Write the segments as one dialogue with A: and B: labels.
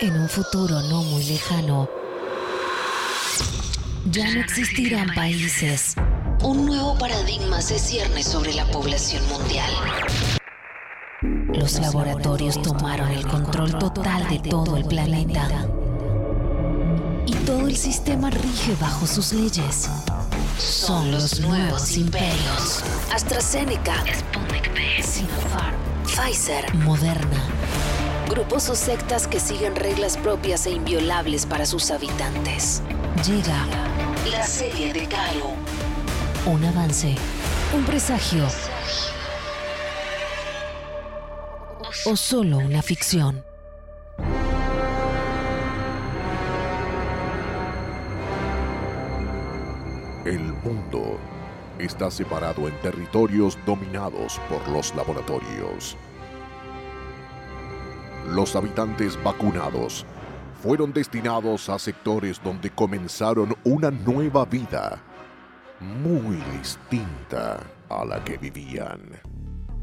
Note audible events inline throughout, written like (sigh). A: En un futuro no muy lejano, ya no existirán países. Un nuevo paradigma se cierne sobre la población mundial. Los laboratorios tomaron el control total de todo el planeta. Y todo el sistema rige bajo sus leyes. Son los nuevos imperios. AstraZeneca, Sputnik V, Sinopharm, Pfizer, Moderna. Grupos o sectas que siguen reglas propias e inviolables para sus habitantes. Llega la serie de Galo. Un avance, un presagio o solo una ficción.
B: El mundo está separado en territorios dominados por los laboratorios. Los habitantes vacunados fueron destinados a sectores donde comenzaron una nueva vida muy distinta a la que vivían.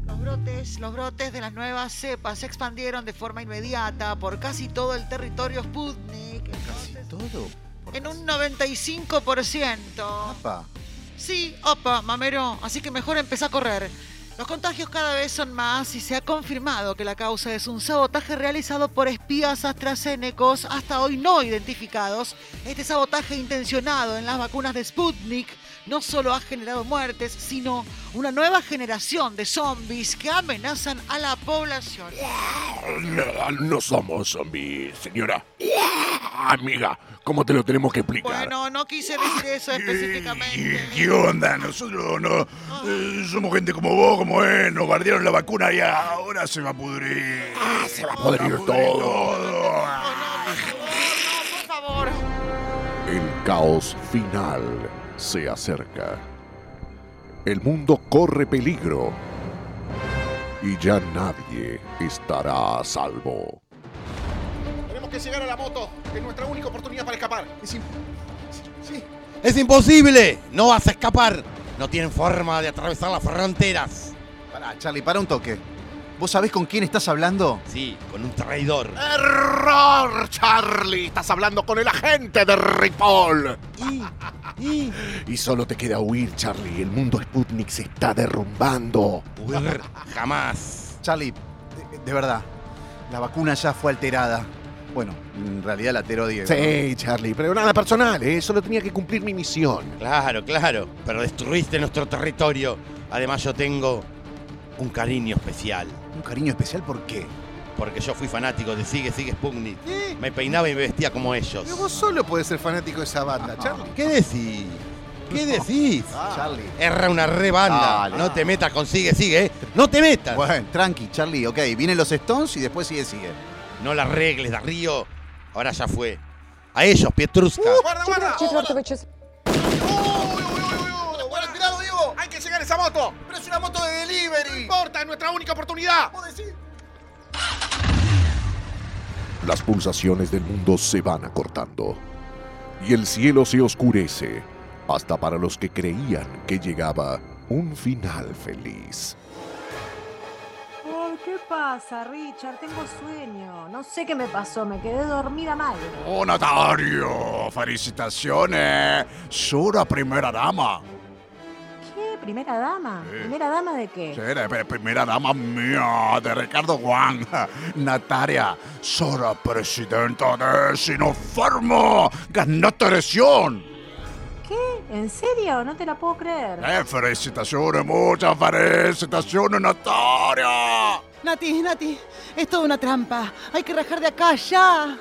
C: Los brotes, los brotes de las nuevas cepas se expandieron de forma inmediata por casi todo el territorio Sputnik.
D: Casi
C: Entonces,
D: todo.
C: En un 95%.
D: Apa.
C: Sí, opa, mamero, así que mejor empezá a correr. Los contagios cada vez son más y se ha confirmado que la causa es un sabotaje realizado por espías AstraZenecos hasta hoy no identificados. Este sabotaje intencionado en las vacunas de Sputnik no solo ha generado muertes, sino una nueva generación de zombies que amenazan a la población.
B: No, no somos zombies, señora. Amiga, ¿cómo te lo tenemos que explicar?
C: Bueno, no quise decir
B: (laughs)
C: eso
E: Eh,
C: específicamente.
E: ¿Qué onda? Nosotros no eh, somos gente como vos, como él, nos guardaron la vacuna y ahora se va a pudrir. Ah, se va a
B: pudrir todo.
C: No, no, por favor, no, por favor.
B: El caos final se acerca. El mundo corre peligro. Y ya nadie estará a salvo.
F: Tenemos que llegar a la moto. Es nuestra única oportunidad para escapar.
D: Es, im- sí. ¡Es imposible! ¡No vas a escapar! No tienen forma de atravesar las fronteras.
G: Pará, Charlie, para un toque. ¿Vos sabés con quién estás hablando?
D: Sí, con un traidor.
F: ¡Error, Charlie! Estás hablando con el agente de Ripoll.
B: Y solo te queda huir, Charlie. El mundo Sputnik se está derrumbando.
D: Huir jamás.
G: Charlie, de, de verdad, la vacuna ya fue alterada. Bueno, en realidad la alteró Diego.
B: Sí, Charlie, pero nada personal, ¿eh? Solo tenía que cumplir mi misión.
D: Claro, claro. Pero destruiste nuestro territorio. Además, yo tengo un cariño especial.
G: Un cariño especial, ¿por qué?
D: Porque yo fui fanático de Sigue, Sigue Sputnik. Me peinaba y me vestía como ellos.
H: Pero vos solo podés ser fanático de esa banda,
G: Ah,
H: Charlie. Ah.
D: ¿Qué decís? ¿Qué decís?
G: Charlie.
D: Erra una re banda.
G: Dale.
D: No te metas con Sigue, Sigue. ¿eh? No te metas.
G: Bueno, tranqui, Charlie, ok. Vienen los Stones y después sigue, sigue.
D: No la arregles, Darío. Ahora ya fue. A ellos, Pietrusca.
F: ¡Guarda, guarda! ¡Uy, uy, uy, uy! ¡Guarda, cuidado!
H: Diego!
F: ¡Hay que llegar a esa moto!
H: ¡Pero es una moto de
F: ¡No
H: delivery!
F: importa! ¡Es nuestra única oportunidad!
H: ¿Vos decís?
B: Las pulsaciones del mundo se van acortando. Y el cielo se oscurece, hasta para los que creían que llegaba un final feliz.
I: Ay, ¿qué pasa, Richard? Tengo sueño. No sé qué me pasó, me quedé dormida mal.
E: ¡Oh, Natario! ¡Felicitaciones! ¡Sura primera dama!
I: ¿Qué? ¿Primera dama? ¿Primera dama de qué?
E: Será pri- primera dama mía de Ricardo Juan. (laughs) Natalia, Sora presidenta de Sinopharma. ¡Ganaste elección!
I: ¿Qué? ¿En serio? No te la puedo
F: Ah.
I: creer.
E: Eh, felicitaciones, muchas felicitaciones, Natalia.
C: Nati, Nati, es toda una trampa. Hay que rajar de acá ya.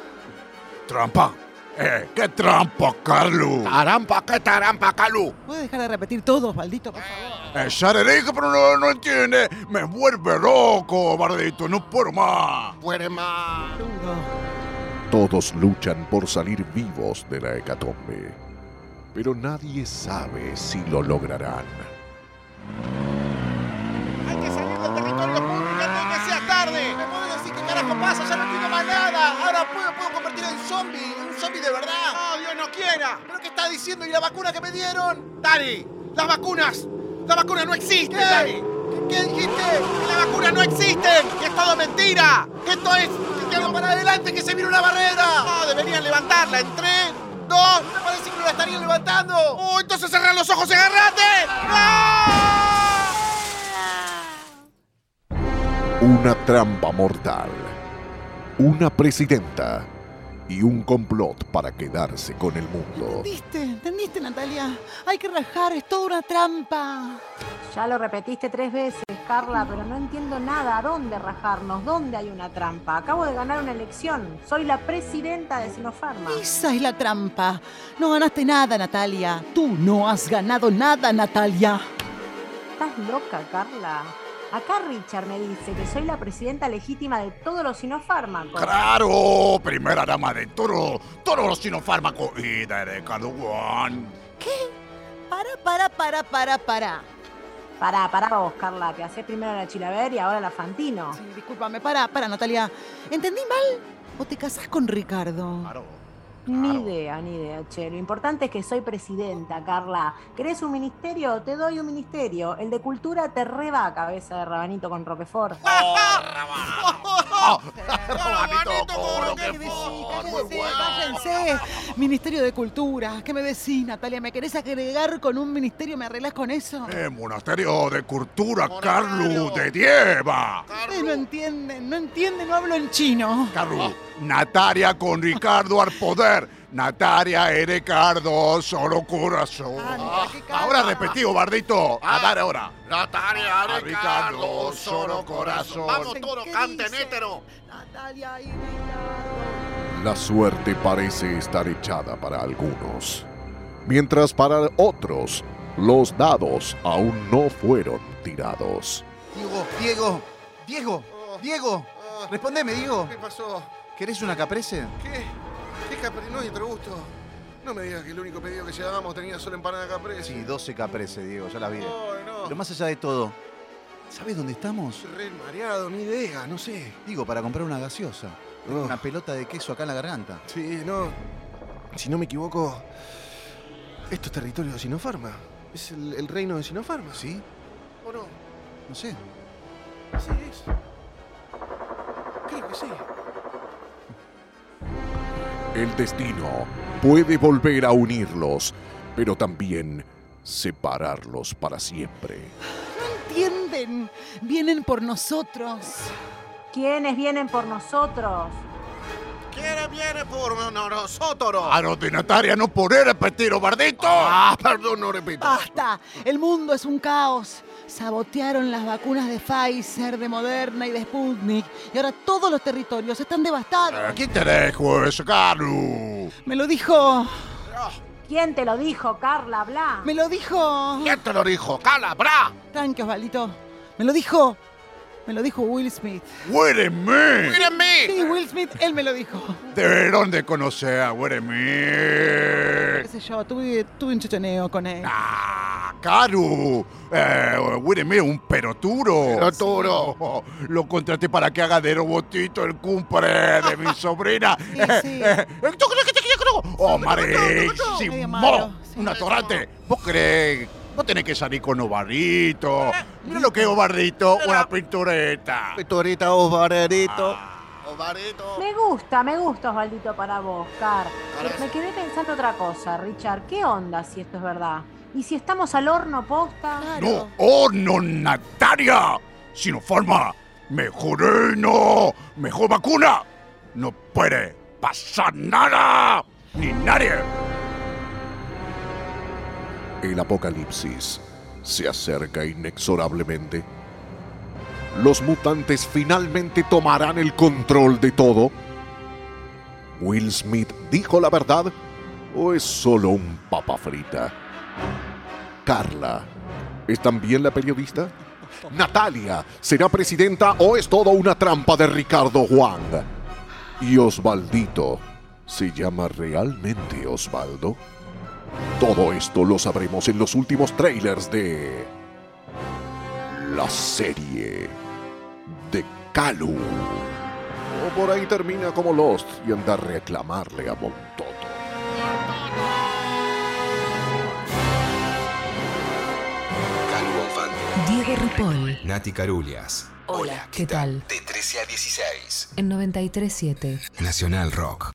E: Trampa. Eh, qué trampa, Carlos.
F: ¡Tarampa, qué tarampa, Calu!
C: ¿Puedes dejar de repetir todo, maldito, por favor?
E: Eh, ya le dije, pero no, no entiende. Me vuelve loco, bardito, no puedo más.
F: ¡Fuere más!
B: Todos luchan por salir vivos de la hecatombe, pero nadie sabe si lo lograrán.
F: ¡Hay que salir del territorio público antes de que sea tarde!
H: ¿Me puedo decir qué carajo pasa? Ya no entiendo más nada. Ahora puedo, puedo convertir en zombie, en un zombie de verdad.
F: ¡No, Ah, Dios no quiera!
H: ¿Pero qué estás diciendo? ¿Y la vacuna que me dieron?
F: ¡Dari! ¡Las vacunas! ¡Las vacunas no existen, Dari!
H: ¿Qué dijiste?
F: ¡Las vacunas no existen! ¡Que es todo mentira! ¡Esto es... ¡Que para adelante!
H: adelante que se viene una barrera! ¡No, deberían levantarla! ¡En tres, dos! ¡Me parece que no la estarían levantando! ¡Oh, entonces cerrar los ojos y agarrate!
B: Una trampa mortal. Una presidenta. Y un complot para quedarse con el mundo.
C: ¿Entendiste? ¿Entendiste, Natalia? Hay que rajar, es toda una trampa.
I: Ya lo repetiste tres veces, Carla, pero no entiendo nada. ¿A dónde rajarnos? ¿Dónde hay una trampa? Acabo de ganar una elección. Soy la presidenta de Sinopharma.
C: Esa es la trampa. No ganaste nada, Natalia. Tú no has ganado nada, Natalia.
I: ¿Estás loca, Carla? Acá Richard me dice que soy la presidenta legítima de todos los sinofármacos.
E: ¡Claro! Primera dama de toro, todos los sinofármacos y de Ricardo Juan.
C: ¿Qué? Para, para, para, para, para.
I: Pará, pará vos, Carla, que hacés primero la Chilaver y ahora la Fantino.
C: Sí, discúlpame, para, para, Natalia. ¿Entendí mal? ¿O te casás con Ricardo?
E: Claro.
I: Ni idea, ni idea, che. Lo importante es que soy presidenta, Carla. ¿Querés un ministerio? Te doy un ministerio. El de cultura te reba a cabeza de rabanito con Roquefort.
C: ¿Qué decís? Cállense, cállense. Ministerio de Cultura. ¿Qué me decís, Natalia? ¿Me querés agregar con un ministerio? ¿Me arreglás con eso?
E: Eh, monasterio de Cultura Carlos de Dieva.
C: Ustedes no entienden, no entienden, no hablo en chino.
E: Carlos, Natalia con Ricardo al poder. Natalia y Ricardo, solo corazón.
C: Anda, qué cara.
E: Ahora repetido, Bardito. A dar ahora.
F: Natalia,
E: A Ricardo, solo
F: Vamos
E: corazón.
F: todos,
C: ¿Qué
F: canten
C: dice?
F: hétero.
C: Natalia y Ricardo.
B: La suerte parece estar echada para algunos, mientras para otros los dados aún no fueron tirados.
G: Diego, Diego, Diego, Diego.
H: Ah.
G: Respondeme, Diego.
H: ¿Qué pasó?
G: ¿Querés una caprese?
H: ¿Qué? ¿Qué capre? No, y otro gusto. No me digas que el único pedido que llevábamos tenía solo empanada caprese.
G: Sí, 12 caprese, Diego, ya las vi.
H: Ay, no.
G: Pero más allá de todo, ¿sabes dónde estamos?
H: Estoy re mareado, ni idea, no sé.
G: Digo, para comprar una gaseosa. Tengo Una pelota de queso acá en la garganta.
H: Sí, no. Si no me equivoco, esto es territorio de Sinopharma. Es el, el reino de Sinopharma.
G: ¿Sí?
H: ¿O no?
G: No sé.
H: Sí, es. Creo que sí.
B: El destino puede volver a unirlos, pero también separarlos para siempre.
C: Entienden, vienen por nosotros.
I: ¿Quiénes vienen por nosotros?
F: ¿Quién viene por no- no- nosotros?
E: A los de Natalia Ah, no poner repetido, Bardito.
F: Ah, perdón, no repito.
C: ¡Basta! El mundo es un caos. Sabotearon las vacunas de Pfizer, de Moderna y de Sputnik. Y ahora todos los territorios están devastados.
E: Eh, ¿Quién te dejo eso, Carlos?
C: Me lo dijo.
I: ¿Quién te lo dijo, Carla? Bla.
C: Me lo dijo.
F: ¿Quién te lo dijo? ¡Calabra!
C: Tranqui, Osvaldito. Me lo dijo. Me lo dijo Will Smith.
E: ¡Huéreme!
F: ¡Mírenme!
C: Sí, Will Smith, él me lo dijo.
E: ¿De dónde conoces a Huéreme?
C: Qué sé yo, tuve, tuve un chochoneo con él.
E: Ah, Caru, eh, Huéreme, un peroturo. Peroturo. (laughs) Lo contraté para que haga de robotito el cumple de
C: (laughs)
E: mi sobrina.
C: Sí,
E: Eh,
C: sí.
E: eh, ¿Tú crees que te quiero conocer? ¡Oh,
C: Medio
E: marísimo!
C: malo, sí.
E: Un atorante. ¿Vos crees? Vos tenés que salir con
C: Eh,
E: Obarrito. Mira lo que es Obarrito, una pintureta.
G: Petorita Osbarerito.
F: Ovarito.
I: Me gusta, me gusta, Osvaldito, para vos, Car. Me quedé pensando otra cosa, Richard. ¿Qué onda si esto es verdad? ¿Y si estamos al horno posta?
E: No, oh, no, Natalia. Sinopharma, mejor reino, mejor vacuna. No puede pasar nada, ni nadie.
B: El apocalipsis se acerca inexorablemente. Los mutantes finalmente tomarán el control de todo. ¿Will Smith dijo la verdad o es solo un papa frita? Carla, ¿es también la periodista? Natalia, ¿será presidenta o es toda una trampa de Ricardo Juan? Y Osvaldito, ¿se llama realmente Osvaldo? Todo esto lo sabremos en los últimos trailers de la serie de Calu. O por ahí termina como Lost y anda a reclamarle a Montoto.
J: Calvo Infante,
A: Diego Ripoll,
J: Nati Carulias,
A: Hola, ¿qué tal?
D: De 13 a 16.
A: En 937.
D: Nacional Rock.